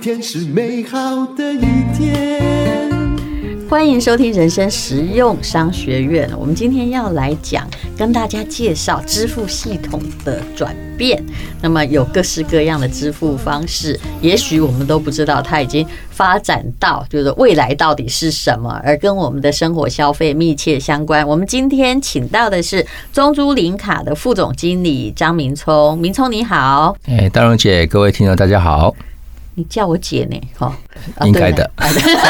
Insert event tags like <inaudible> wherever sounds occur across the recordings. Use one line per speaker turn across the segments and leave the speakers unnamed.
天是美好的一天。
欢迎收听人生实用商学院。我们今天要来讲，跟大家介绍支付系统的转变。那么有各式各样的支付方式，也许我们都不知道它已经发展到，就是未来到底是什么，而跟我们的生活消费密切相关。我们今天请到的是中珠林卡的副总经理张明聪，明聪你好。
哎，大荣姐，各位听众，大家
<laughs>
好。
你叫我姐呢？哈、哦
应该的。
对呢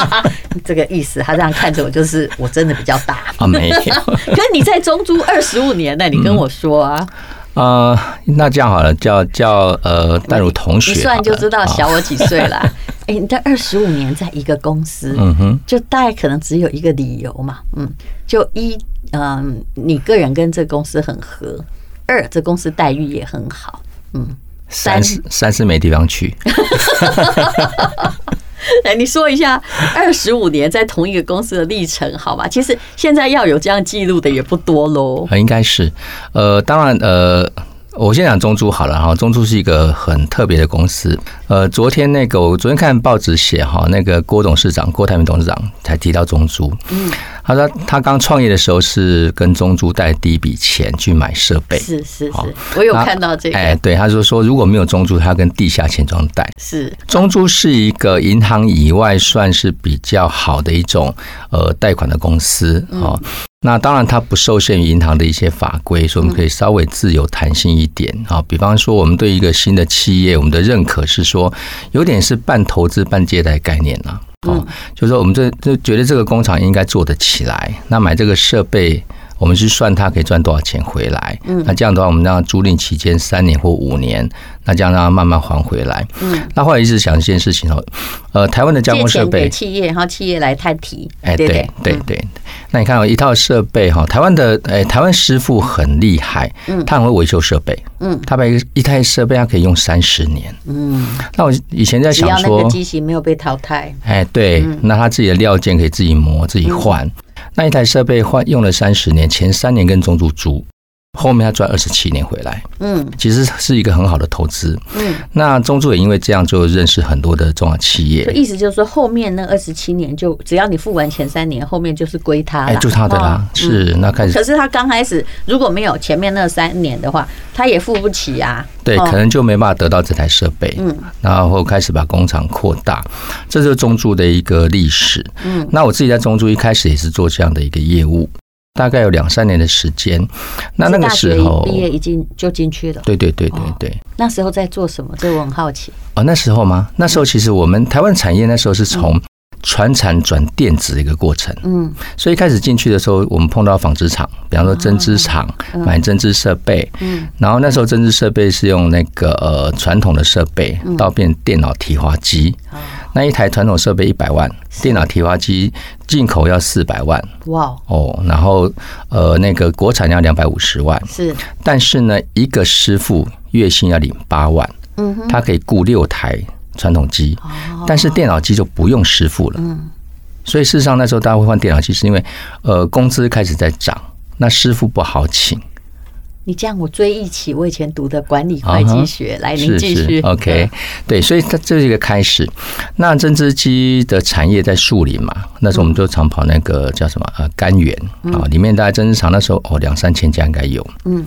啊对 <laughs> 这个意思，他这样看着我，就是我真的比较大。
啊，没有
<laughs> 可是你在中珠二十五年呢，你跟我说啊，
啊、那这样好了，叫叫呃，淡如同学
一
好了，
算就知道
啊
小我几岁啦。 <laughs> 哎、你这二十五年在一个公司，
嗯哼，
就大概可能只有一个理由嘛，嗯，就一，嗯，你个人跟这公司很合；二，这公司待遇也很 <laughs> 好。嗯，
三十三十没地方去，
来哎你说一下二十五年在同一个公司的历程，好吧？其实现在要有这样记录的也不多喽。
呃应该是呃，当然呃。我先讲中珠好了哈，中珠是一个很特别的公司。呃，昨天那个我昨天看报纸写哈，那个郭董事长郭台铭董事长才提到中珠，嗯，他说他刚创业的时候是跟中珠贷第一笔钱去买设备，
是是
哎好
是，我有看到这个，
哎，对，他说说如果没有中珠，他要跟地下钱庄贷，
是
中珠是一个银行以外算是比较好的一种呃贷款的公司哦。那当然，它不受限于银行的一些法规，所以我们可以稍微自由弹性一点啊、比方说，我们对一个新的企业，我们的认可是说，有点是半投资半借贷概念啦、
嗯
哦，就是说我们这就觉得这个工厂应该做得起来，那买这个设备。我们去算它可以赚多少钱回来，
嗯
那这样的话，我们让它租赁期间三年或五年，那这样让它慢慢还回来。
嗯
那后来一直想一件事情哦，呃，台湾的加
借
工设
钱给
备，
企业，然后企业来探题，
哎，
对不嗯
对对对，那你看哦，一套设备哈，台湾的哎，台湾师傅很厉害，
嗯
他很会维修设备，嗯，他把一个一台设备他可以用三十年，嗯，那我以前在
只要
想
那个
说，
机嗯型没有被淘汰，
哎，对，那他自己的料件可以自己磨自己
嗯
换，那一台设备换用了三十年，前三年跟中租租，后面他赚二十七年回来，
嗯
其实是一个很好的投资，
嗯，
那中租也因为这样就认识很多的中小企业
就，意思就是说，后面那二十七年就只要你付完前三年，后面就是归他了，
哎，就他的
哦。
啦，是那开
可
始
是他刚开始如果没有前面那三年的话，他也付不起啊。
对，
哦
可能就没办法得到这台设备，嗯，然后开始把工厂扩大，这就是中珠的一个历史。嗯，那我自己在中珠一开始也是做这样的一个业务，大概有两三年的时间。那那
是大
个
学
时候
一，毕业已经就进去了，
对对对对对，
那时候在做什么？这我很好奇。
哦，那时候吗？那时候其实我们台湾产业那时候是从传产转电子的一个过程，
嗯，
所以一开始进去的时候，我们碰到纺织厂，比方说针织厂、买针织设备，
啊嗯，
然后那时候针织设备是用那个呃传统的设备
嗯
到变电脑提滑机，
哦
那一台传统设备一百万，电脑提滑机进口要四百万
哇哦，
哦，然后呃那个国产要两百五十万，
是，
但是呢，一个师傅月薪要领八万，
嗯哼，哦
他可以雇六台传统机，但是电脑机就不用师傅了。
嗯
所以事实上那时候大家会换电脑机，是因为呃工资开始在涨，那师傅不好请。
你这样我追忆起我以前读的管理会计学。来，哎您
啊是
继
是
续。
，OK，对，所以它这是一个开始。那针织机的产业在树林嘛，那
嗯
时候我们就常跑那个叫什么呃甘源啊、里面大概针织厂那时候哦两三千家应该有，嗯。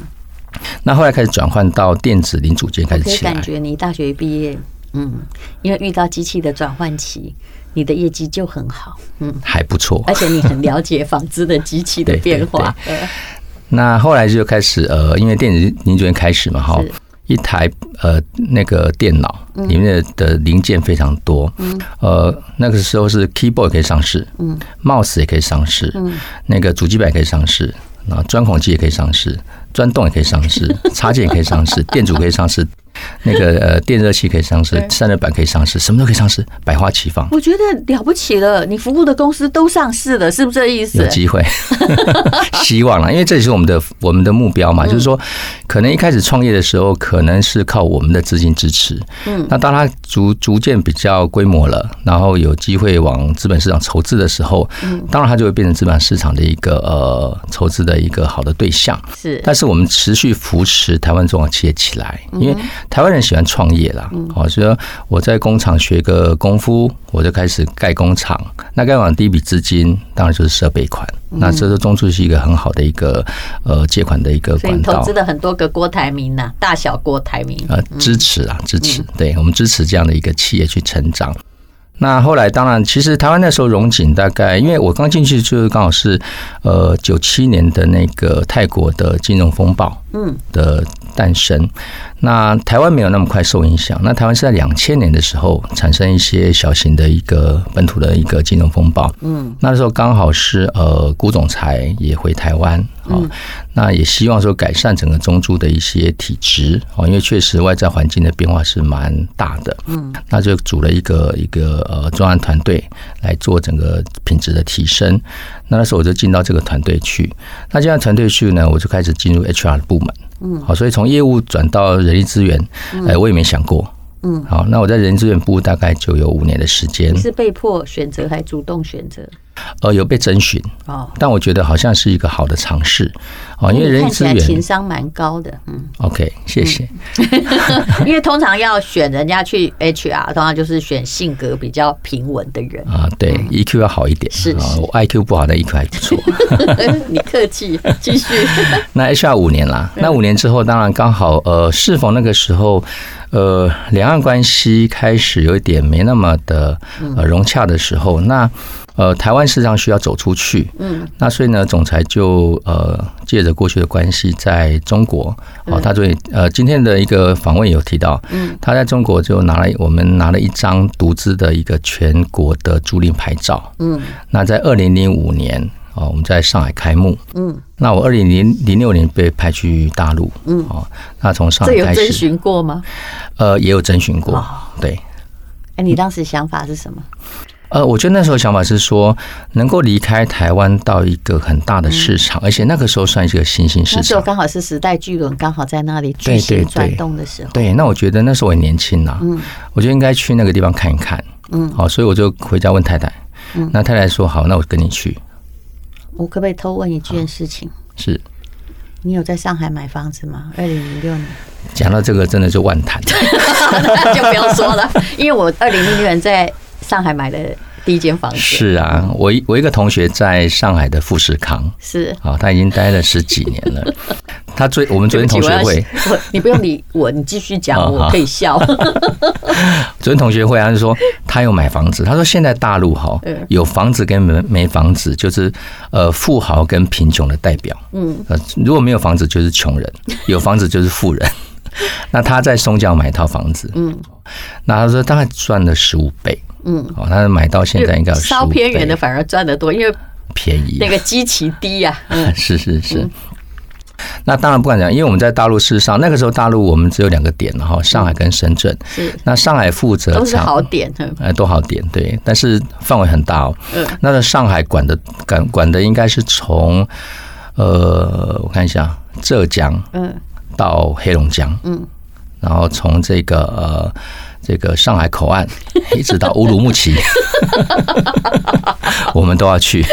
那后来开始转换到电子零组件开
我
始
嗯哦可以
起来
感，觉你大学一毕业，嗯，因为遇到机器的转换期，你的业绩就很好，嗯，
还不错。
而且你很了解纺织的机器的
<laughs> 对对
变化，呃
那后来就开始呃，因为电子零组件开始嘛，哈
是，
一台呃那个电脑里面的的零件非常多，嗯，呃那个时候是 keyboard 可以上市，嗯，mouse 也可以上市，嗯，那个主机板也可以上市，然后钻孔机也可以上市，钻洞也可以上 <laughs> 市，插件也可以上市，电阻可以上市，那个呃电热器可以上市，散热板可以上市，什么都可以上市，百花齐放。
我觉得了不起了，你服务的公司都上市了，是不是这意
有
思？
机会， <laughs> 希望啦，因为这也是我们的我们的目标嘛，就是说，可能一开始创业的时候，可能是靠我们的资金支持，嗯，那当它逐逐渐比较规模了，然后有机会往资本市场筹资的时候，当然它就会变成资本市场的一个呃筹资的一个好的对象。
是嗯
但是我们持续扶持台湾中小企业起来，因为台湾人喜欢创业啦，好、所以说我在工厂学个功夫，我就开始盖工厂。那盖完第一笔资金，当然就是设备款。
嗯
那这是中储是一个很好的一个呃借款的一个
所以
管
你
道
投资。了很多个郭台铭呐、大小郭台铭。
呃支持啊，支持，对我们支持这样的一个企业去成长。那后来，当然，其实台湾那时候荣景大概，因为我刚进去就是刚好是，呃，九七年的那个泰国的金融风暴，嗯，的诞生。那台湾没有那么快受影响，那台湾是在两千年的时候产生一些小型的一个本土的一个金融风暴，嗯，那时候刚好是呃，古总裁也回台湾，哦，那也希望说改善整个中珠的一些体质哦，因为确实外在环境的变化是蛮大的。嗯，那就组了一个一个呃专案团队来做整个品质的提升。那那时候我就进到这个团队去，那进到团队去呢，我就开始进入 HR 的部门。嗯，好，所以从业务转到人力资源，哎、我也没想过。嗯，好，那我在人力资源部大概就有五年的时间
你，是被迫选择还主动选择？
呃，有被征询，
哦，
但我觉得好像是一个好的尝试，哦，因为人力
看
资
起来
源
情商蛮高的，嗯，
，OK，谢谢。。
<laughs> 因为通常要选人家去 HR，通常就是选性格比较平稳的人
<laughs> 啊，对，EQ 要好一点，
是
啊
是，
我 IQ 不好，但 EQ 还不错。
哎你客气，继续。
<laughs> 那 HR 五年啦，那五年之后，当然刚好呃，适逢那个时候，呃，两岸关系开始有一点没那么的呃融洽的时候，那呃，台湾事实上需要走出去，嗯，那所以呢，总裁就呃借着过去的关系，在中国哦，他对呃今天的一个访问有提到，嗯，他在中国就拿了我们拿了一张独资的一个全国的租赁牌照，嗯，那在二零零五年。哦，我们在上海开幕，
嗯
那我二零零零六年被派去大陆，嗯，哦，那从上
这
海
有
开
征
始，
询哦过吗？
呃，也有征询过，对，
哎，你当时想法是什么？
呃，我觉得那时候想法是说，能够离开台湾到一个很大的市场，而且那个时候算是个新兴
嗯
市
那时候
场。
刚好是时代巨轮刚好在那里巨
对对
星
对
转动的时候，
对，那我觉得那时候我也年轻呐、嗯，我就应该去那个地方看一看，嗯，好、所以我就回家问太太，嗯，那太太说好，那我跟你去，
我可不可以偷问一件事情？
是
你有在上海买房子吗？二零零
<laughs>
六年
讲到这个真的就万谈，
就不用说了，因为我二零零六年在上海买的第一间房子
是啊，我一我一个同学在上海的富士康，
是
好、他已经待了十几年了。 <laughs> 他最我们昨天同学会，
对不起我要我你不用理我，你继续讲，
哦
我
好
可以笑。
昨天同学会啊，他就说他有买房子。他说现在大陆哈、
嗯
有房子跟没没房子，就是呃富豪跟贫穷的代表。嗯，呃如果没有房子就是
<laughs>
穷人，有房子就是富人。 <laughs> 那他在松江买一套房子，嗯，那他说大概赚了十五倍，嗯，哦，他买到现在应该有十
稍
五倍，
偏远的反而赚得多，因为
便宜，
那个基期低呀、
<laughs>
嗯，
是是是。那当然不敢讲，因为我们在大陆事实上，那个时候大陆我们只有两个点，然后上海跟深圳。
是
那上海负责
嗯都是
长
好点。嗯
呃，多好点对，但是范围很大哦。
嗯
那个上海管的管管的应该是从呃，我看一下，浙江
嗯，
到黑龙江，嗯，然后从这个呃这个上海口岸一直到乌鲁木
<laughs>
齐，我们都要去。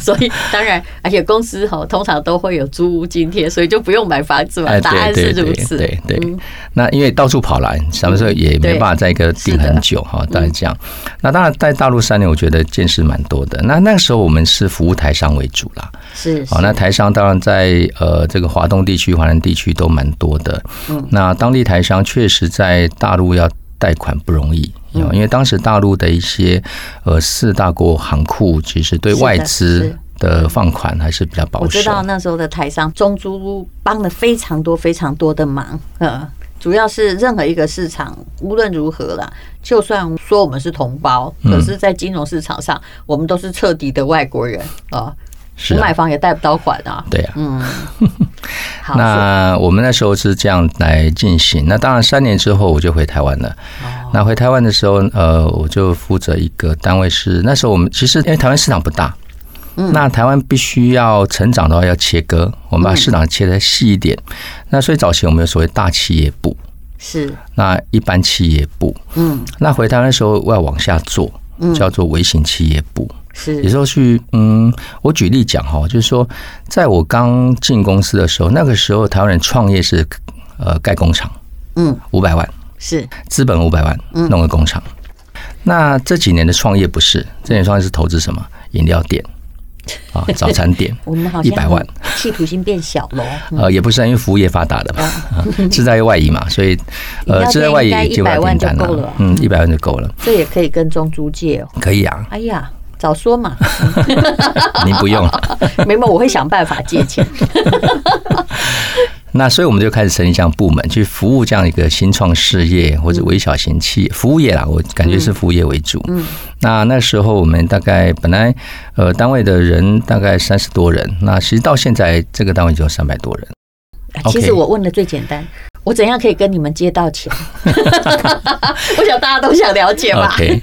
所以当然，而且公司吼通常都会有租屋津贴，所以就不用买房子嘛。
哎，
答
对
案是
对对
如
对
此。嗯
对那因为到处跑来，什么时候也没
对
办法在一个定很久哈，大概这样。那当然，在大陆三年，我觉得见识蛮多的。那那个时候我们是服务台商为主啦，
是是
好，那台商当然在呃这个华东地区、华南地区都蛮多的。嗯，那当地台商确实在大陆要贷款不容易。
嗯
哦因为当时大陆的一些呃四大国行库，其实对
是的
外资
是
的放款还是比较保守。
我知道那时候的台商中租帮了非常多非常多的忙，呃，主要是任何一个市场无论如何啦，就算说我们是同胞，
嗯
可是，在金融市场上，我们都是彻底的外国人啊，
是
不
啊
买房也贷不到款啊。
对啊， <laughs>
好，
那我们那时候是这样来进行。那当然，三年之后我就回台湾了。那回台湾的时候，呃，我就负责一个单位是那时候我们其实因为台湾市场不大，那台湾必须要成长的话要切割，我们把市场切得细一点。那所以早期我们有所谓大企业部，
是
那一般企业部，嗯，那回台湾的时候要往下做，叫做微型企业部。有
是
时候去，嗯，我举例讲哈，就是说，在我刚进公司的时候，那个时候台湾人创业是呃盖工厂，
嗯，
五百万，
是
资本五百万，弄个工厂。那这几年的创业不是，这几年创业是投资什么？饮料店
<laughs>
啊，早餐店
我们好像
一百万，
企图心变小喽。
呃，也不是啊，因为服务业发达的嘛，自在外移嘛，所以
啊饮
呃，
料
自在
店
外移
应该
也接不
100
到
万
订
就
单
够了啊
嗯，一百万就够了，
这也可以跟中租借哦。
可以啊，
哎呀，早说嘛， <laughs>
您不用。
没有，我会想办法借钱。
那所以我们就开始成立这样部门，去服务这样一个新创事业或者微小型企业，服务业啦，我感觉是服务业为主。嗯，那那时候我们大概本来呃单位的人大概三十多人，那其实到现在这个单位只有三百多人。
其实
<laughs> OK
我问的最简单，我怎样可以跟你们借到
<laughs>
钱？ <laughs> 我想大家都想了解吧。
OK，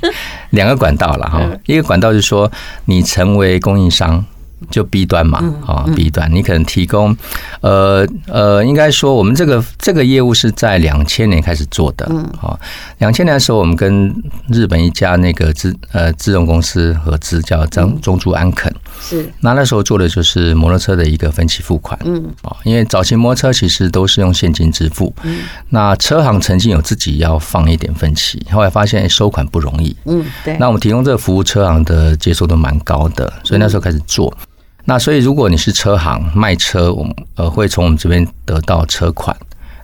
两个管道了哈，一个管道是说你成为供应商。就 B 端嘛，啊、b 端，你可能提供，呃呃，应该说我们这个这个业务是在两千年开始做的，啊、两千年的时候我们跟日本一家那个自呃自动公司合资，叫中中珠安肯，
是
那那时候做的就是摩托车的一个分期付款，嗯，啊，因为早期摩托车其实都是用现金支付，嗯，那车行曾经有自己要放一点分期，后来发现哎收款不容易，
嗯，对
那，我们提供这个服务，车行的接受度蛮高的，所以那时候开始做。那所以如果你是车行卖车，我们呃会从我们这边得到车款，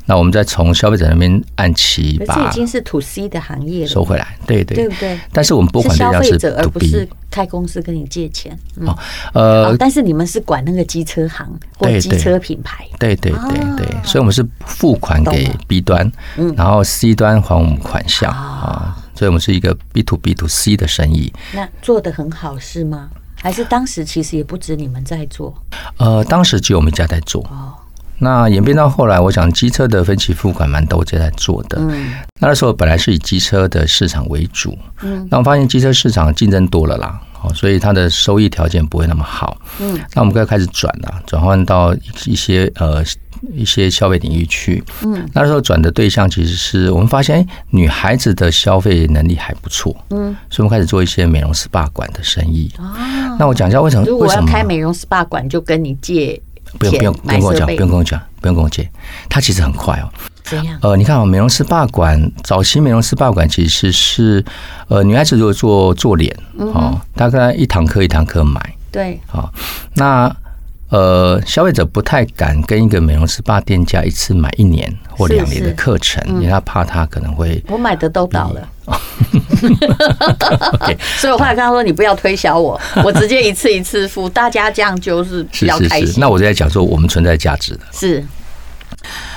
那我们再从消费者那边按期
可是这已
把
经是 to C 的行业
收
了，
回来，对对
对不对？
但是我们拨
是
款
消
对象
费
是
者，而
to
不是
B，
开公司跟你借钱。嗯，
哦呃
哦，但是你们是管那个机车行或
对
机
对
车品牌。
对对对对，所以我们是付款给
啊懂了嗯
B 端，然后 C 端还我们款项啊，所以我们是一个 B to B to C 的生意。
那做的很好是吗？还是当时其实也不止你们在做
呃，当时只有我们一家在做。
哦
那演变到后来，我想机车的分期付款蛮多家在做的。
嗯，
那那时候本来是以机车的市场为主，嗯，那我发现机车市场竞争多了啦，哦，所以它的收益条件不会那么好。嗯，那我们该开始转了，转换到一些呃一些消费领域去。嗯，那时候转的对象其实是我们发现，哎，女孩子的消费能力还不错，嗯，所以我们开始做一些美容 SPA 馆的生意。哦，那我讲一下为什么？
啊如果
啊为
我要
什么
开美容 SPA 馆，就跟你借
不用不用
钱
不
买
用跟我
设
讲，不
备
用，跟我讲，不用跟我借，它其实很快哦。
怎样？
呃，你看啊、美容 SPA 馆，早期美容 SPA 馆其实是，呃，女孩子如果做做脸，
嗯
哦，大概一堂课一堂课买，
对，
哦，那呃，消费者不太敢跟一个美容 SPA 店家一次买一年或
是
两年的
是嗯
课程，因为他怕他可能会
我买的都倒了。
嗯哦 <laughs>
<laughs> 所以我后来跟他说：“你不要推销
<laughs>
我，我直接一次一次付，大家这样就是比
是
较
是
开
是。
心。
那我就在讲说我们存在价值的，”
是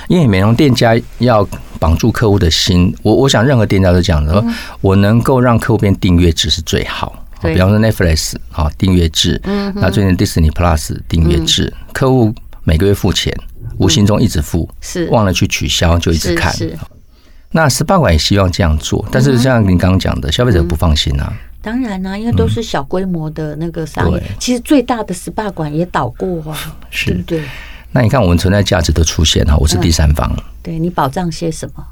因为美容店家要绑住客户的心，我我想任何店家都这样的，说我能够让客户变订阅制是最好。
嗯对
比方说 Netflix 啊，订阅制，嗯，那最近 Disney Plus 订阅制，
嗯
客户每个月付钱，无形中一直付，
是
忘了去取消就一
嗯
直
是
看。
是，嗯
那 SPA 馆也希望这样做，但是像您刚刚讲的，消费者不放心啊，
当然啦、因为都是小规模的那个商业，
嗯对
其实最大的 SPA 馆也倒过啊，
是
对不对？
那你看我们存在价值的出现哈，
嗯
我是第三方。
对你保障些什么？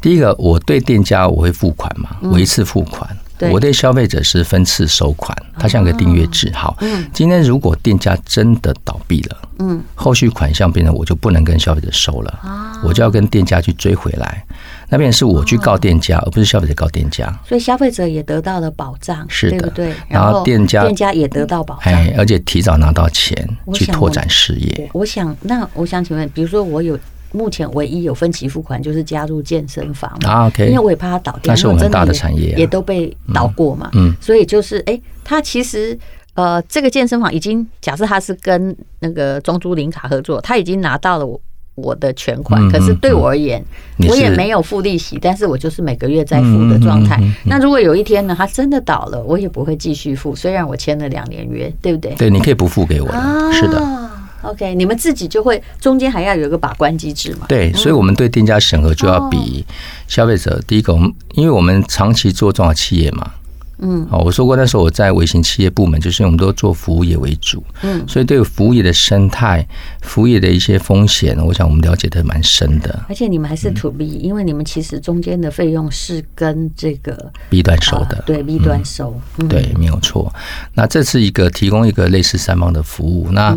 第一个，我对店家我会付款嘛，我一次付款。
嗯对啊
我对消费者是分次收款，它像个订阅制。好，
嗯
今天如果店家真的倒闭了，嗯，后续款项变成我就不能跟消费者收了，
啊
我就要跟店家去追回来。那边是我去告店家，而不是消费者告店家。
所以消费者也得到了保障，
是的
对不对？
然后店家
店家也得到保障。
哎，而且提早拿到钱
我
去
想
拓
我
展事业。
我想，那我想请问，比如说我有目前唯一有分期付款就是加入健身房嘛
啊，OK
因为我也怕它倒掉，
那是我
因
们
为真
大的
也
产业啊
也都被倒过嘛，
嗯嗯
所以就是哎、它其实。呃，这个健身房已经假设它是跟那个中珠林卡合作，它已经拿到了我我的全款，
嗯
可是对
嗯
我而言，
你
我也
是
没有付利息，但是我就是每个月在付的状态。
嗯嗯嗯嗯
那如果有一天呢，它真的倒了，我也不会继续付，虽然我签了两年约，对不对？
对，你可以不付给我
啊，
的，是的。
OK，你们自己就会中间还要有一个把关机制嘛？
对，所以我们对店家审核就要比消费者、第一个，我们因为我们长期做中小企业嘛，嗯，哦，我说过那时候我在微型企业部门，就是我们都做服务业为主，嗯，所以对服务业的生态、服务业的一些风险，我想我们了解的蛮深的，
而且你们还是
嗯
to B，、因为你们其实中间的费用是跟这个
第一段收的
呃，对 B 端收，嗯，
对，没有错。那这是一个提供一个类似三方的服务，那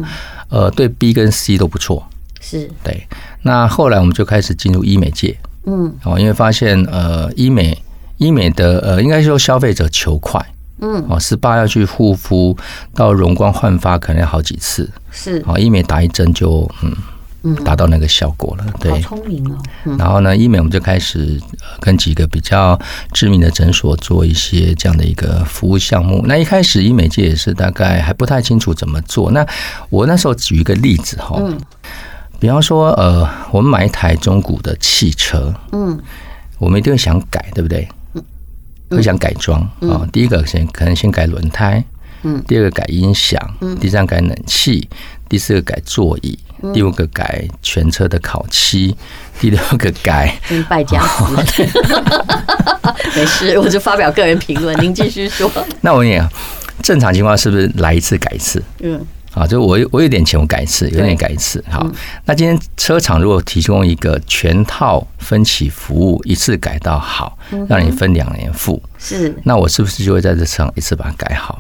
呃，对 B 跟 C 都不错，
是
对。那后来我们就开始进入医美界，
嗯
哦，因为发现呃，医美医美的呃，应该说消费者求快
嗯，
哦，十八要去护肤，到容光焕发可能要好几次
是，
哦，医美打一针就嗯达到那个效果了，
好
对。
聪明哦，嗯
然后呢，医美我们就开始呃跟几个比较知名的诊所做一些这样的一个服务项目。那一开始医美界也是大概还不太清楚怎么做。那我那时候举一个例子哈，
嗯
比方说呃，我们买一台中古的汽车，
嗯，
我们一定会想改，对不对？会想改装啊、第一个先可能先改轮胎，
嗯，
第二个改音响，嗯，第三个改冷气，第四个改座椅，第五个改全车的烤漆，第六个改 <laughs>
真败家
哦
子。 <laughs> 没事，我就发表个人评
<laughs>
论，您继续说。
那我问你啊，正常情况是不是来一次改一次？
嗯
啊，就我有我有点钱，我改一次，有点改一次。好，那今天车厂如果提供一个全套分期服务，一次改到好，让你分两年付，
是，
那我是不是就会在这车厂一次把它改好？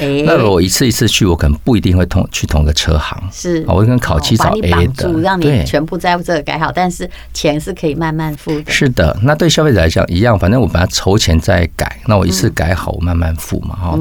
哎
那如果我一次一次去，我可能不一定会同去同个车行。
是，
啊我跟烤漆
哦把
找
你
A
绑
的
住，让你
对
全部在这个改好，但是钱是可以慢慢付的。
是的，那对消费者来讲一样，反正我把它筹钱再改，那我一
嗯
次改好，我慢慢付嘛，哈、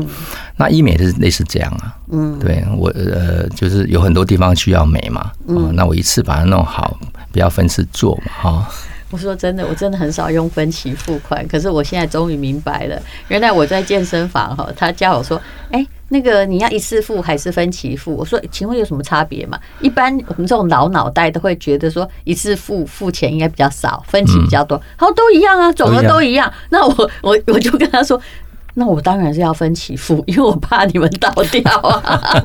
那医美是类似这样啊，嗯，对我呃，就是有很多地方需要美嘛，嗯，那我一次把它弄好，不要分次做嘛，哈、
<laughs> 我说真的，我真的很少用分期付款，可是我现在终于明白了，原来我在健身房哈，他叫我说，哎、那个你要一次付还是分期付？我说，请问有什么差别吗？一般我们这种老脑袋都会觉得说，一次付付钱应该比较少，分期比较多，好、都一样啊，总额都一样。那我我我就跟他说。那我当然是要分期付，因为我怕你们倒掉 <laughs> 啊，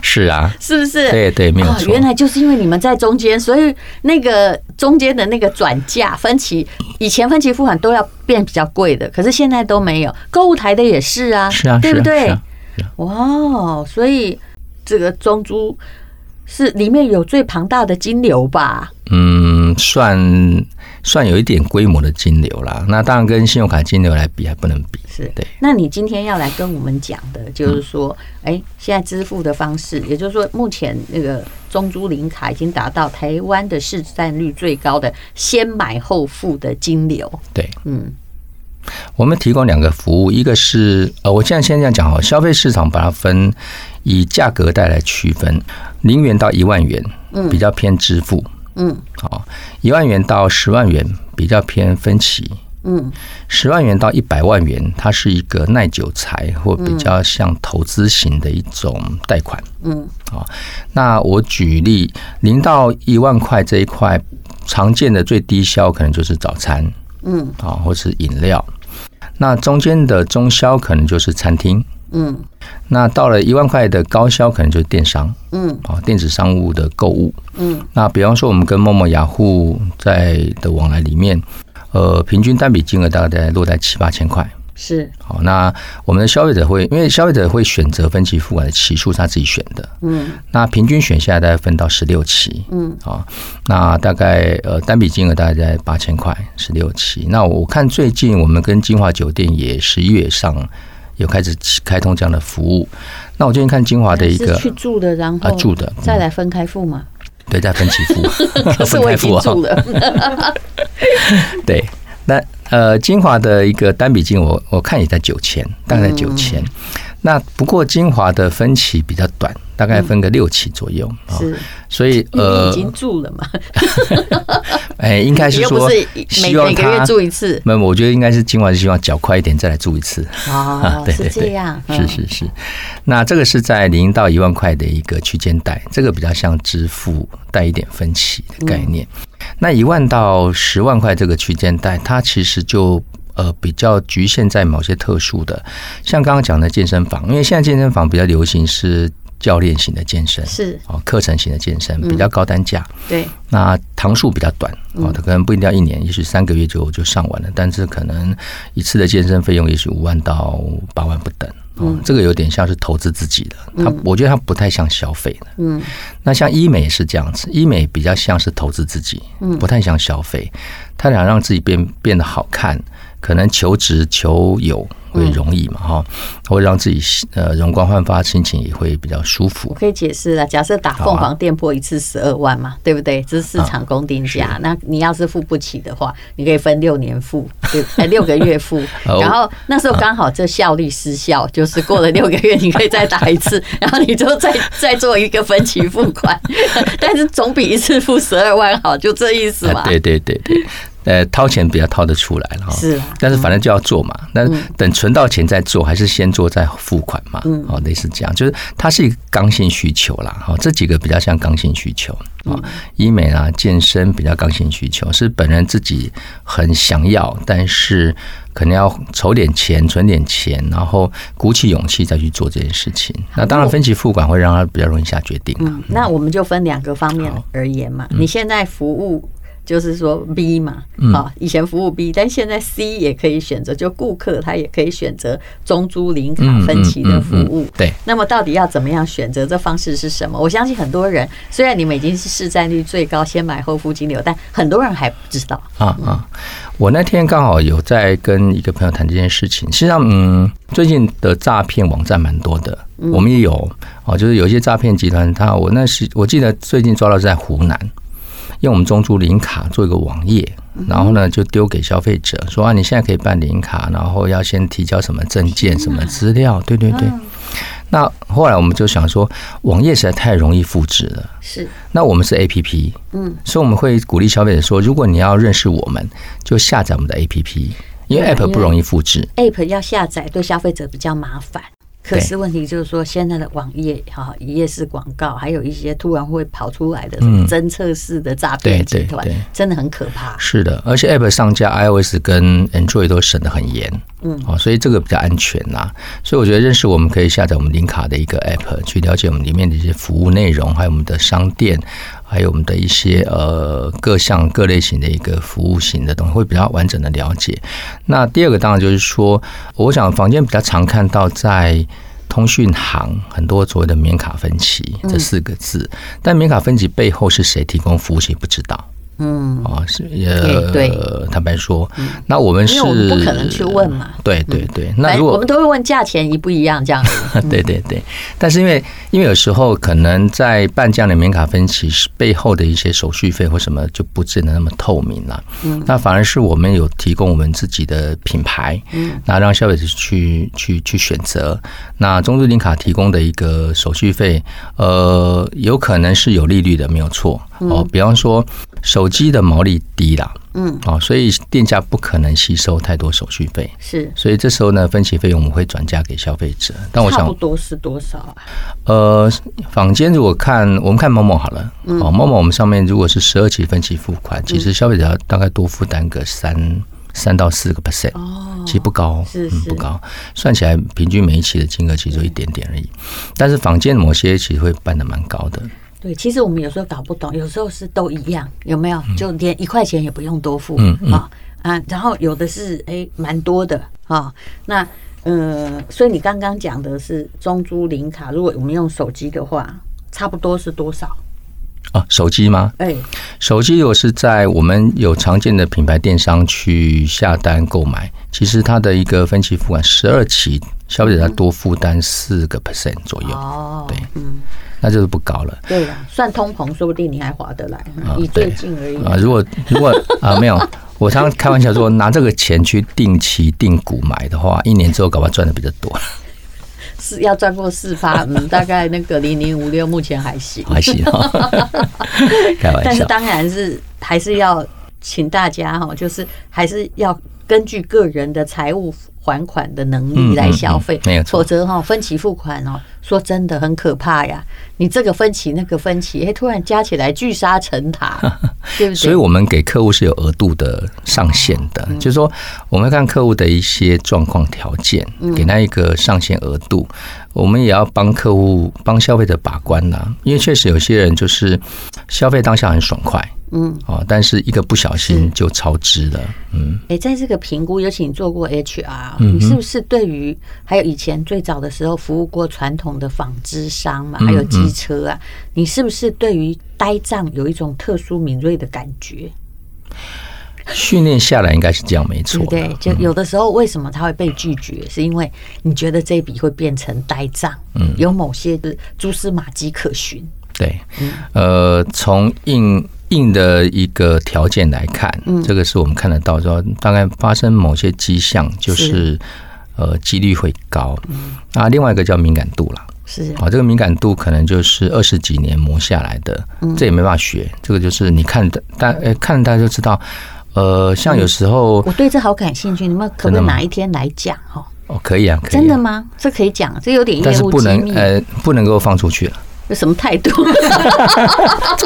是啊，
是不是？
对对，没有
啊，
错。
原来就是因为你们在中间，所以那个中间的那个转价分期，以前分期付款都要变比较贵的，可是现在都没有。购物台的也是啊，
是啊，
对不
是啊
对？
是啊
哇哦，所以这个中珠是里面有最庞大的金流吧？
嗯，算算有一点规模的金流啦。那当然跟信用卡金流来比还不能比，
是
对。
那你今天要来跟我们讲的，就是说，哎、现在支付的方
嗯
式，也就是说，哎目前那个中珠零卡已经达到台湾的市占率最高的先买后付的金流，
对。
嗯。
我们提供两个服务，一个是呃，我现在先这样讲哦，消费市场把它分以价格带来区分，零元到一万元，比较偏支付，
嗯，
好，一万元到十万元比较偏分期，
嗯，
十万元到一百万元，它是一个耐久财或比较像投资型的一种贷款，
嗯，
好，那我举例，零到一万块这一块，常见的最低消可能就是早餐，
嗯，
啊，或是饮料。那中间的中消可能就是餐厅，
嗯
那到了一万块的高消可能就是电商
嗯
啊，电子商务的购物。
嗯，
那比方说我们跟陌陌、雅虎在的往来里面，呃，平均单笔金额大概落在七八千块。
是，
好，那我们的消费者会，因为消费者会选择分期付款的期数，他自己选的。
嗯
那平均选下来大概分到十六期，
嗯，
啊，那大概呃单笔金额大概在八千块，十六期。那我看最近我们跟金华酒店也十一月上有开始开通这样的服务。那我最近看金华的一
是
个
去住的，然后
啊住的
再来分开付嘛。
对在分期
<laughs>
付，
可是
分
我
开
已经
付
住
哦，
了，
对。那呃，金华的一个单笔金额我我看也在九千，大概在九
嗯
千、那不过金华的分期比较短，大概分个六期左右啊、
是
所以
因为你已
呃，
经住了嘛，
哎，应该
你
是
又不
说
是每
希望
每个月
他
住一
<laughs>
次
那么我觉得应该是今晚希望缴快一点再来住一次，
哦
啊对
是
对
这
对
样，，嗯
是是是。那这个是在零到一万块的一个区间带，这个比较像支付带一点分期的概念。
嗯
那一万到十万块这个区间带，它其实就呃比较局限在某些特殊的，像刚刚讲的健身房，因为现在健身房比较流行是教练型的健身
嗯，是，
哦课程型的健身
嗯
比较高单价。
对，
那堂数比较短哦，它可能不一定要一年，也许三个月就就上完了，但是可能一次的健身费用也许五万到八万不等。哦，这个有点像是投资自己的，它我觉得它不太像消费的。
嗯
那像医美也是这样子，医美比较像是投资自己，不太像消费，它想让自己变变得好看，可能求职求友会容易嘛哈，会让自己呃容光焕发，心情也会比较舒服
我。可以解释了。假设打凤
啊
凰电波一次十二万嘛，对不对？这是市场公定价。那你要是付不起的话，你可以分六年付，对，哎，六个月
<laughs>
付。
哦
然后那时候刚好这效力失效，就是过了六个月，你可以再打一
<laughs>
次，然后你就再再做一个分期付款。 <laughs> 但是总比一次付十二万好，就这意思嘛
啊。对对对对，呃，掏钱比较掏得出来了哈。
是啊
但是反正就要做嘛。那等存到钱再做，还是先做再付款嘛？哦，类似这样，就是它是一个刚性需求啦。哈，这几个比较像刚性需求啊，医美啊、健身比较刚性需求，是本人自己很想要，但是可能要筹点钱、存点钱，然后鼓起勇气再去做这件事情。那当然，分期付款会让他比较容易下决定啊。
嗯，那我们就分两个方面而言嘛。
嗯
你现在服务就是说 B 嘛，啊，以前服务 B，但现在 C 也可以选择，就顾客他也可以选择中租零卡
嗯
分期的服务。
嗯嗯嗯对
那么到底要怎么样选择这方式是什么？我相信很多人，虽然你们已经是市占率最高，先买后付金流，但很多人还不知道。
啊啊！我那天刚好有在跟一个朋友谈这件事情。实际上，嗯，最近的诈骗网站蛮多的，我们也有哦，就是有一些诈骗集团，他我那是我记得最近抓到是在湖南，用我们中珠零卡做一个网页，然后呢就丢给消费者说啊，你现在可以办零卡，然后要先提交什么证件、什么资料，对对对。那后来我们就想说，网页实在太容易复制了。
是，
那我们是 A P P，嗯，所以我们会鼓励消费者说，如果你要认识我们，就下载我们的 A P P，因为
对
App
因为
不容易复制。
App 要下载对消费者比较麻烦。可是问题就是说，现在的网页哈，一页式广告，还有一些突然会跑出来的什么侦测式的诈骗集团
嗯对对对，
真的很可怕。
是的，而且 App 上架 iOS 跟 Android 都审得很严，嗯，哦，所以这个比较安全啦、所以我觉得认识我们可以下载我们零卡的一个 App，去了解我们里面的一些服务内容，还有我们的商店，还有我们的一些呃各项各类型的一个服务型的东西，会比较完整的了解。那第二个当然就是说，我想房间比较常看到在。通讯行很多所谓的免卡分期这四个字，但免卡分期背后是谁提供服务，谁不知道。
嗯，
哦，是
对
呃，
对
坦白说，那我们是
因为我们不可能去问嘛。
对对对，
反
那
正
如
我
果
们都会问价钱一不一样这
<laughs>
样。
对对对，但是因为因为有时候可能在办这样的免卡分期是背后的一些手续费或什么就不见得那么透明了。嗯，那反而是我们有提供我们自己的品牌，嗯，那让消费者去去去选择。那中日零卡提供的一个手续费，呃，有可能是有利率的，没有错。哦，比方说手机的毛利低啦。嗯，哦，所以店家不可能吸收太多手续费，
是，
所以这时候呢，分期费用我们会转嫁给消费者。但我
差
想
不，多是多少啊？
呃，坊间如果看我们看某某好了，
嗯
哦，某某我们上面如果是十二期分期付款，其实消费者要大概多负担个三三到四个 percent，
哦
其实不高哦，
是
嗯
是
不高，算起来平均每一期的金额其实就一点点而已。但是坊间某些其实会办的蛮高的，
对，其实我们有时候搞不懂，有时候是都一样，有没有？就连一块钱也不用多付，
嗯嗯
啊啊，然后有的是哎蛮多的啊，那呃，所以你刚刚讲的是中珠零卡，如果我们用手机的话，差不多是多少？
哦，手机吗？
哎，
手机如果是在我们有常见的品牌电商去下单购买，其实它的一个分期付款十二期，消费者要多负担四个 percent 左右，
哦，
对
嗯，
那就是不高了。
对了，算通膨，说不定你还划得来，以最近而已。
啊，如果如果啊没有，我常常开玩笑说，拿这个钱去定期定股买的话，一年之后搞不好赚的比较多，
是要赚过四趴，嗯，大概那个零零五六目前还行，
还行哈、 <laughs> 开玩
但是
笑。
当然是还是要请大家哈，就是还是要根据个人的财务还款的能力来消费
嗯嗯嗯，没有错
否则哈分期付款哦，说真的很可怕呀。你这个分期那个分期，哎，突然加起来聚沙成
<laughs>
塔，对不对？
所以我们给客户是有额度的上限的，
嗯
就是说我们会看客户的一些状况条件，
嗯
给他一个上限额度。我们也要帮客户、帮消费者把关呐、因为确实有些人就是消费当下很爽快，嗯，哦，但是一个不小心就超支了，嗯，
哎，在这个评估，尤其你做过 HR，你是不是对于还有以前最早的时候服务过传统的纺织商
嗯
嘛，还有机车啊，你是不是对于呆账有一种特殊敏锐的感觉？
训练下来应该是这样，
对
没错嗯
不
啦。
对？就有的时候为什么他会被拒绝，是因为你觉得这笔会变成呆账，嗯，有某些的蛛丝马迹可循，
对，
嗯
呃，从硬硬的一个条件来看，
嗯
这个是我们看得到说，大概发生某些迹象，就是
是嗯
呃几率会高。那另外一个叫敏感度啦，
是
啊，这个敏感度可能就是二十几年磨下来的，
嗯
这也没办法学。这个就是你看的，大呃看大家就知道。呃，像有时候、
我对这好感兴趣，你们可不可
真的
以
吗
哪一天来讲哈？
哦，可以啊，可以啊、
真的吗？这可以讲，这有点
但
业
是
务
不
机
能
密，
呃不能够放
<laughs>
出去了，
有什么态度？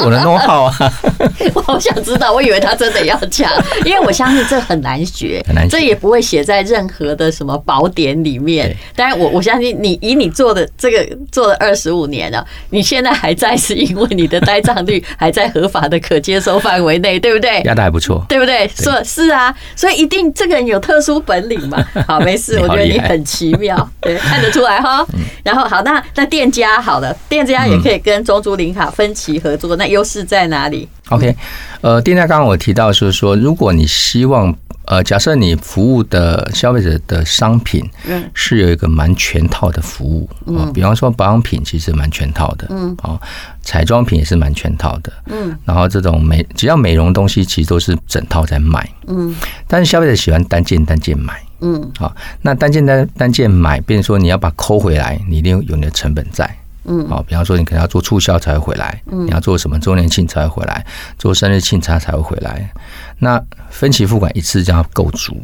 我的 know how 啊，
<laughs> 我好想知道，我以为他真的要讲，因为我相信这很难学，
<laughs> 很难学
这也不会写在任何的什么宝典里面
对。
当然我，我相信你以你做的这个做了二十五年了，你现在还在，是因为你的呆账率还在合法的可接受范围内，对不
<laughs>
对？
压的还不错。
对不对？说是啊，所以一定这个人有特殊本领
<laughs>
嘛。好，没事，
你
我
好
觉得
厉
你
害嗯
很奇
<laughs>
妙，对，看得出来哈。然后好，那那店家好了，店家也可以跟中珠林卡分期合作，那优势在哪里？
OK，呃，店家刚刚我提到是说，如果你希望呃，假设你服务的消费者的商品
嗯
是有一个蛮全套的服务，嗯、比方说保养品其实蛮全套的，嗯，哦，彩妆品也是蛮全套的，嗯，然后这种美只要美容东西其实都是整套在卖，
嗯，
但是消费者喜欢单件单件买，
嗯
好、那单件单单件买，变成说你要把它抠回来，你一定有你的成本在。
嗯，
好、比方说你可能要做促销才会回来，嗯，你要做什么周年庆才会回来，做生日庆才才会回来。那分期付款一次就要够足，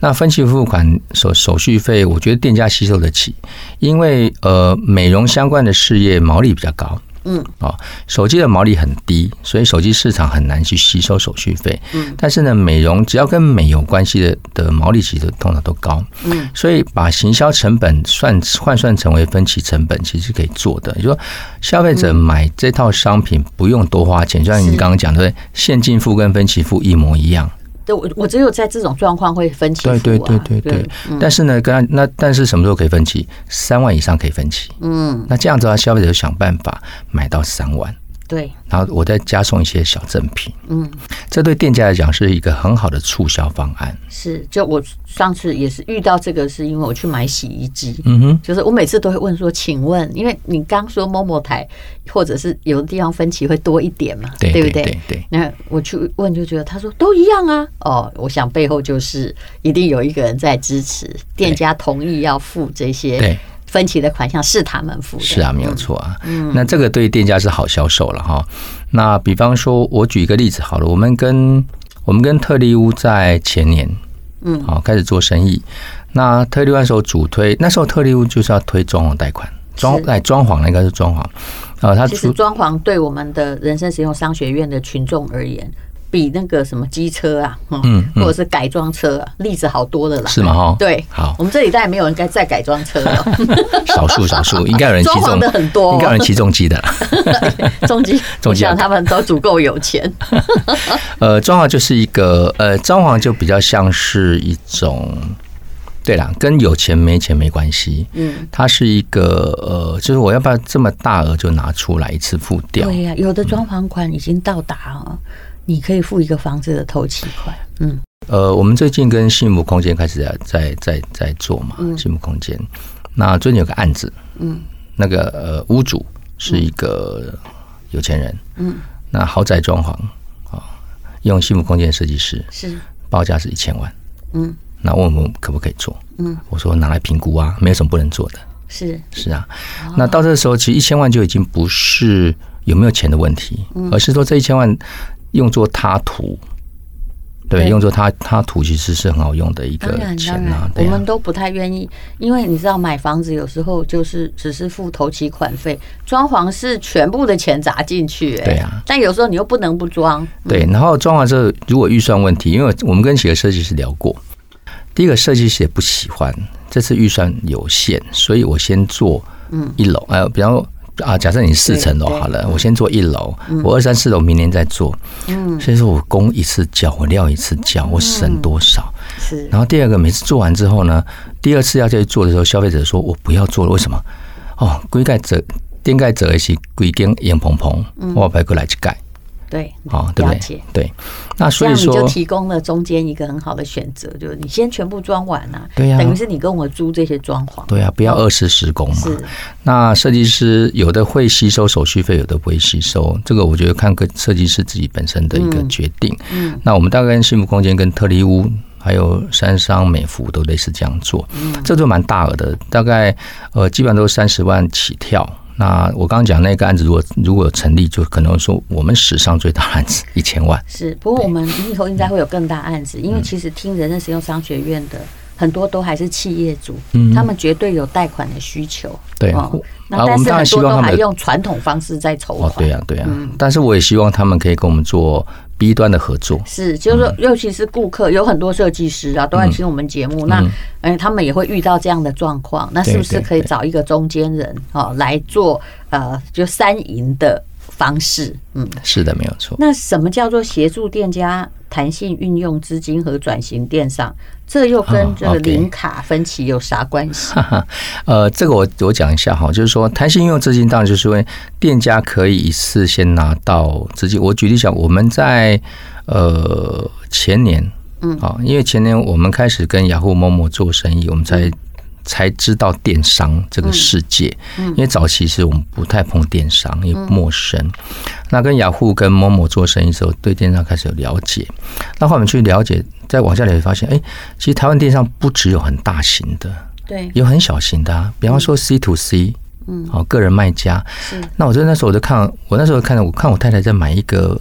那分期付款手手续费，我觉得店家吸收得起，因为呃美容相关的事业毛利比较高，
嗯，
哦，手机的毛利很低，所以手机市场很难去吸收手续费。嗯，但是呢，美容只要跟美有关系的的毛利其实通常都高。嗯，所以把行销成本算换算成为分期成本，其实是可以做的。你说消费者买这套商品不用多花钱，就像你
是
刚刚讲的，现金付跟分期付一模一样。
对，我我只有在这种状况会分期付啊
对对对对对。但是呢，跟他那但是什么时候可以分期？三万以上可以分期。
嗯，
那这样子的话，消费者就想办法买到三万。
对，
然后我再加送一些小赠品，
嗯，
这对店家来讲是一个很好的促销方案。
是。就我上次也是遇到这个，是因为我去买洗衣机，
嗯哼，
就是我每次都会问说，请问，因为你刚说某某台或者是有的地方分歧会多一点嘛，
对
不
对对对
那我去问就觉得他说都一样啊，哦，我想背后就是一定有一个人在支持，店家同意要付这些
对
分歧的款项是他们付的，
是啊，没有错啊。嗯，那这个对店家是好销售了哈。那比方说，我举一个例子好了，我们跟我们跟特力屋在前年，
嗯
好开始做生意。那特力屋那时候主推，那时候特力屋就是要推装潢贷款，装
是
哎装潢那应该是装潢，啊，它
其实
主
装潢对我们的人生实用商学院的群众而言，比那个什么机车啊，嗯
嗯，
或者是改装车、啊、例子好多的啦。
是吗？哈，
对，
好
我们这里当然没有人该再改装车了，
<laughs> 少数少数，应该有人骑
<laughs> 装潢
重
的，很多、
应该有
哦
人，骑重机的啦。
中级，我
中级啊
想他们都足够有
<laughs>
钱。
呃，装潢就是一个呃，装潢就比较像是一种，对啦，跟有钱没钱没关系，
嗯，
它是一个呃，就是我要不要这么大额就拿出来一次付掉？
对呀、有的装潢款已经到达哦，你可以付一个房子的头期款。嗯，
呃，我们最近跟幸福空间开始在在在在做嘛，幸福空间，那最近有个案子，
嗯，
那个呃屋主是一个有钱人，
嗯，
那豪宅装潢啊、用幸福空间的设计师，
是，
报价是一千万，
嗯
那问我们可不可以做？
嗯，
我说拿来评估啊，没有什么不能做的。
是，
是啊，
哦
那到这时候，其实一千万就已经不是有没有钱的问题，
嗯
而是说这一千万用作他途，对，
对
用作他他途其实是很好用的一
当
个
然
钱
当
啊
然，，我
对啊
们，都不太愿意，因为你知道买房子有时候就是只是付头期款费，装潢是全部的钱砸进去、哎
对啊
但有时候你又不能不装，
对。然后装完之后，如果预算问题，因为我们跟几个设计师聊过，第一个设计师也不喜欢，这次预算有限，所以我先做一楼，呃，比方说啊，假设你四层楼
对对
好了，我先做一楼，我二三四楼明年再做，
嗯，
所以说我工一次交，我料一次交，我省多少？
是
然后第二个，每次做完之后呢，第二次要再去做的时候，消费者说我不要做了，为什么？
嗯
哦，龟盖者。顶盖者是规间烟蓬蓬，我白过来去盖，
对，
哦，对
嗯
不
了
对
解？
对，那
这
所以
样你就
说，
提供了中间一个很好的选择，就是你先全部装完啊，
对呀
等于是你跟我租这些装潢，
对啊，不要二次施工嘛。
是
那设计师有的会吸收手续费，有的不会吸收，这个我觉得看个设计师自己本身的一个决定。
嗯
那我们大概跟幸福空间、跟特力屋。还有三商美孚都类似这样做，
嗯
这都蛮大额的，大概呃基本上都是三十万起跳。那我刚刚讲那个案子，如果如果成立，就可能说我们史上最大的案子一千万。
是。不过我们以后应该会有更大案子，
嗯
因为其实听人认识用商学院的很多都还是企业主，
嗯
他们绝对有贷款的需求，
对
哦
我
那
啊
但
我
是
们当
很
然希
多
望
都
他们
还
有
用传统方式在筹
哦
款，，
对呀、对呀、
嗯
但是我也希望他们可以跟我们做 B 端的合作。
是，就是说，
嗯
尤其是顾客，有很多设计师啊，都在听我们节目。那，哎、他们也会遇到这样的状况，那是不是
嗯对对
可以
对
找一个中间人哦来做呃，就三赢的方式？嗯，
是的，没有错。
那什么叫做协助店家弹性运用资金和转型电商？这又跟
哦
这个
OK
零卡分歧有啥关系？
呃，这个我我讲一下哈，就是说弹性应用资金，当然就是因为店家可以一次先拿到资金。我举例讲，我们在呃前年，嗯，啊，因为前年我们开始跟雅虎、某某做生意，我们才。才知道电商这个世界，因为早期是我们不太碰电商，也陌生。那跟雅虎、跟某某做生意之后，对电商开始有了解。那后来我们去了解，再往下了解，发现，哎、其实台湾电商不只有很大型的，
<laughs> 对，
有很小型的、啊，比方说 C to C，嗯，好、个人卖家。那我就那时候我就看，我那时候看到，我看我太太在买一个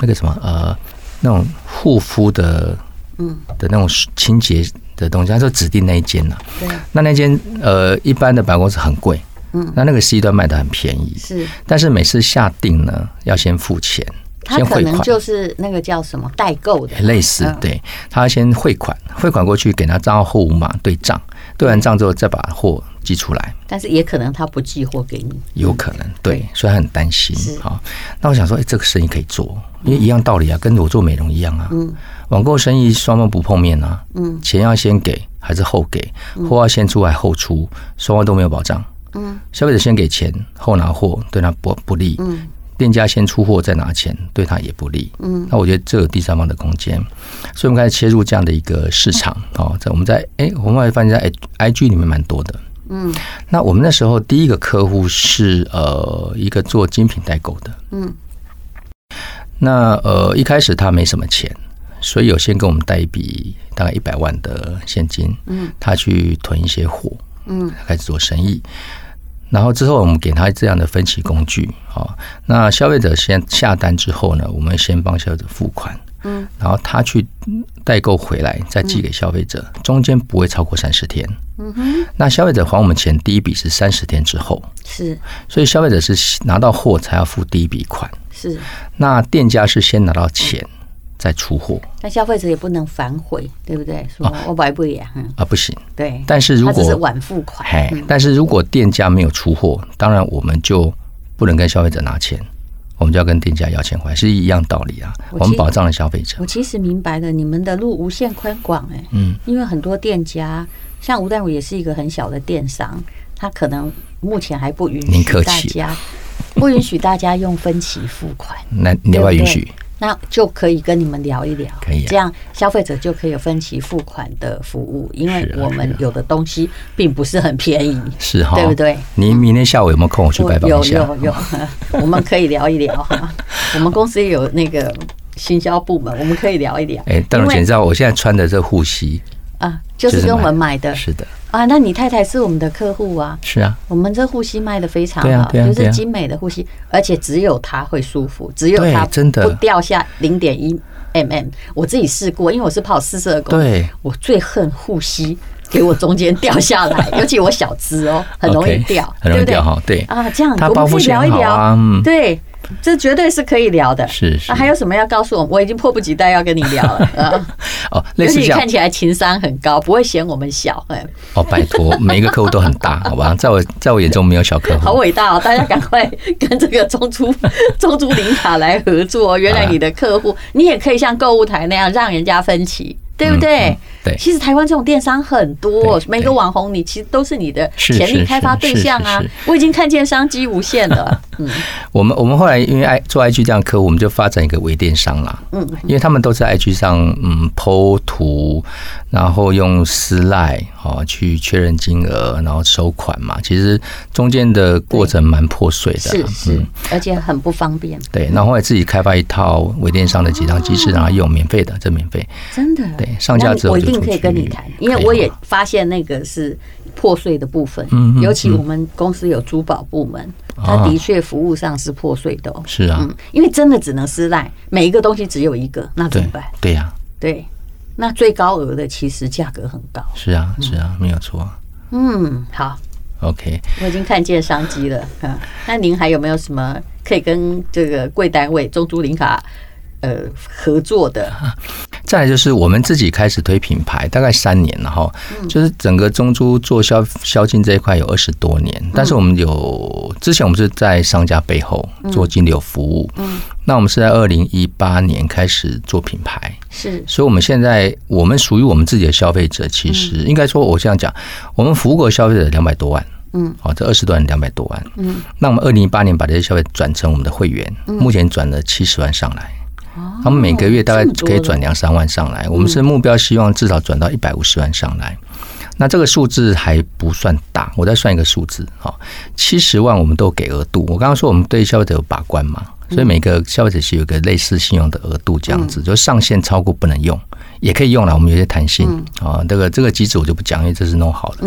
那个什么呃，那种护肤的，嗯，的那种清洁的东西，她就指定那一间了、啊
对，
那那间呃，一般的办公室很贵，嗯，那那个 C 端卖的很便宜，
是
但是每次下定呢，要先付钱，
他
先
可
汇
能
款。
就是那个叫什么代购的，
类似
嗯，
对他先汇款，汇款过去给他账号货物码对账，对完账之后再把货寄出来。
但是也可能他不寄货给你。
有可能，嗯对，所以他很担心
是。
好，那我想说，哎、这个生意可以做，因为一样道理啊，跟我做美容一样啊。嗯，网购生意双方不碰面啊。嗯，钱要先给还是后给？货要先出还后出？双方都没有保障。嗯，消费者先给钱后拿货，对他不不利。嗯。店家先出货再拿钱，对他也不利。嗯，那我觉得这有第三方的空间，所以我们开始切入这样的一个市场。哦，在我们在哎、我们会发现在 I G 里面蛮多的。那我们那时候第一个客户是呃一个做精品代购的，嗯，那呃一开始他没什么钱，所以有先跟我们贷一笔大概一百万的现金，嗯，他去囤一些货，嗯，开始做生意。然后之后，我们给他这样的分期工具，好、那消费者先下单之后呢，我们先帮消费者付款，嗯，然后他去代购回来，再寄给消费者，中间不会超过三十天，那消费者还我们钱第一笔是三十天之后，
是
所以消费者是拿到货才要付第一笔款。
是，
那店家是先拿到钱再出货
但消费者也不能反悔，对不对？说我买不呀，嗯，
啊，不行。
对。
但是如
他只哦是
果
晚付款，嗯
嘿，但是如果店家没有出货，当然我们就不能跟消费者拿钱，我们就要跟店家要钱回来，是一样道理啊。
我
我
其
们
实
保障了消费者
我，其实明白了，你们的路无限宽广哎、
嗯，
因为很多店家，像吴淡如也是一个很小的电商，他可能目前还不允
您
许
客
大
气 <laughs>
家不允许大家用分期付款，
那你要不
对不
要嗯允
对
许？
那就可以跟你们聊一聊，
可以啊
这样消费者就可以有分期付款的服务，因为我们有的东西并不是很便宜，
啊 <laughs> 是哈，
对不对？
你明天下午有没有空？我去
我
拜访
有
一下。
有
<laughs>
有，我们可以聊一聊哈。我们公司也有那个行销部门，我们可以聊一聊。
哎，邓荣姐，你知道我现在穿的这护膝
啊，就是跟我们买的
是的，
啊。那你太太是我们的客户啊，
是啊，
我们这护膝卖的非常
对啊
好，
对啊
就
对
是
啊
精美的护膝，而且只有它会舒服，只有
对
它
真的
不掉下零点一 mm。我自己试过，因为我是跑四十二公，
对，
我最恨护膝给我中间掉下
<laughs>
来，尤其我小只哦，很容易
OK，
掉，
很容易掉
对不对
哈，对
啊，这样
它
我
包
们可
覆
以
性
聊一
好
聊
啊，嗯，
对，这绝对是可以聊的。啊
是是
那还有什么要告诉我们？我已经迫不及待要跟你聊
<laughs>
了。啊、
哦，
尤
类似
其
这
你
样
看起来情商很高，不会嫌我们小，哎，
哦，拜托，每一个客户都很大，好吧？在我在我眼中没有小客
好
户，
伟大哦！大家赶快跟这个中珠 <laughs> 中
<laughs>
珠林卡来合作哦。原来你的客户，你也可以像购物台那样让人家分期。对不对？
嗯对
其实台湾这种电商很多
对，
每个
对
网红你其实都是你的
是
潜力
是
开发
是
对
是
象
是
啊
是。
我已经看见商机无限
<laughs>
了。嗯
我们我们后来因为 I 做 IG 这样的客户，我们就发展一个微电商啦。
嗯，
因为他们都在 IG 上嗯剖图，然后用私赖哦去确认金额，然后收款嘛。其实中间的过程蛮破碎的
是
啦。
是，而且很不方便，
对，然后后来自己开发一套微电商的结账机制，让他用免费的，这免费。
真的。
对上架
那
之后
我一
就
定
出
可以跟
去
你谈，因
可
为
以啊
我
吗
也发现那个是破碎的部分
嗯，嗯啊
尤其我们公司有珠宝部门，它的确服务上是破碎的哦。
是啊，
嗯，因为真的只能私赖，每一个东西只有一个，那怎
对
么办？
对啊呀、
对，那最高额的其实价格很高。
是啊，是啊，没有错。
嗯，好，
OK，
我已经看见商机了。嗯，那您还有没有什么可以跟这个贵单位中珠林卡呃合作
<laughs>
的？
再来就是我们自己开始推品牌，大概三年了哈，就是整个中珠做销销金这一块有二十多年，但是我们有之前我们是在商家背后做金流服务，嗯，那我们是在二零一八年开始做品牌，
是
所以我们现在我们属于我们自己的消费者，其实应该说，我这样讲，我们服务过消费者两百多万。
嗯，
好、这二十多万两百多万，嗯，那我们二零一八年把这些消费者转成我们的会员，目前转了七十万上来，
嗯哦
他们每个月大概
这么多嗯
可以
了
转两三万上来，我们是目标希望至少转到一百五十万上来。那这个数字还不算大，我再算一个数字，哈，七十万我们都给额度。我刚刚说我们对消费者有把关嘛，
嗯
所以每个消费者是有一个类似信用的额度这样子，就上限超过不能用，也可以用了，我们有些弹性
嗯
啊、这个这个机制我就不讲，因为这是弄好的。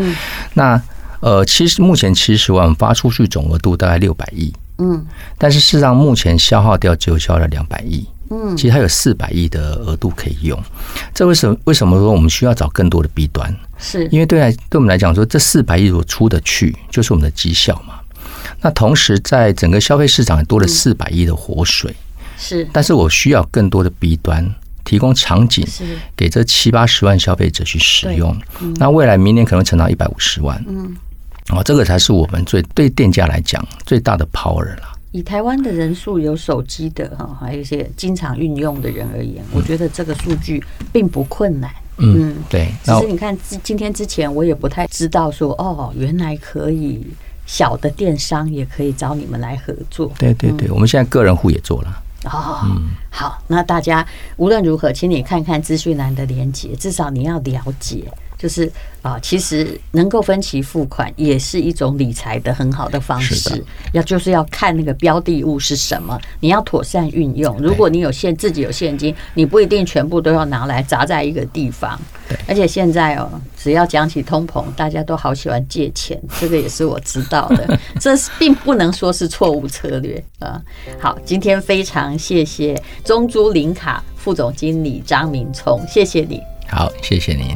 那呃，其实目前七十万发出去总额度大概六百亿，
嗯
但是事实上目前消耗掉只有消耗了两百亿，
嗯，
其实它有四百亿的额度可以用。这为什么为什么说我们需要找更多的 B 端？
是
因为对来对我们来讲说，这四百亿如果出得去，就是我们的绩效嘛。那同时，在整个消费市场也多
嗯
了四百亿的活水，
是
但是我需要更多的 B 端提供场景
是
给这七八十万消费者去使用。那未来明年可能成长一百五十万，嗯，哦，这个才是我们最对店家来讲最大的 power 啦。
以台湾的人数有手机的哈，还有一些经常运用的人而言，我觉得这个数据并不困难。
嗯，对，
只
那
是你看，之今天之前我也不太知道说，哦，原来可以小的电商也可以找你们来合作
对对对，我们现在个人户也做了。
哦。
嗯
好，那大家无论如何，请你看看资讯栏的连接，至少你要了解。就是啊、其实能够分期付款也是一种理财的很好的方
是的
式。要就是要看那个标的物是什么，你要妥善运用。如果你有现自己有现金，你不一定全部都要拿来砸在一个地方。而且现在哦，只要讲起通膨，大家都好喜欢借钱，这个也是我知道的。这是并不能说是错误策略啊、好，今天非常谢谢中珠林卡副总经理张明聪，谢谢你。
好，谢谢您。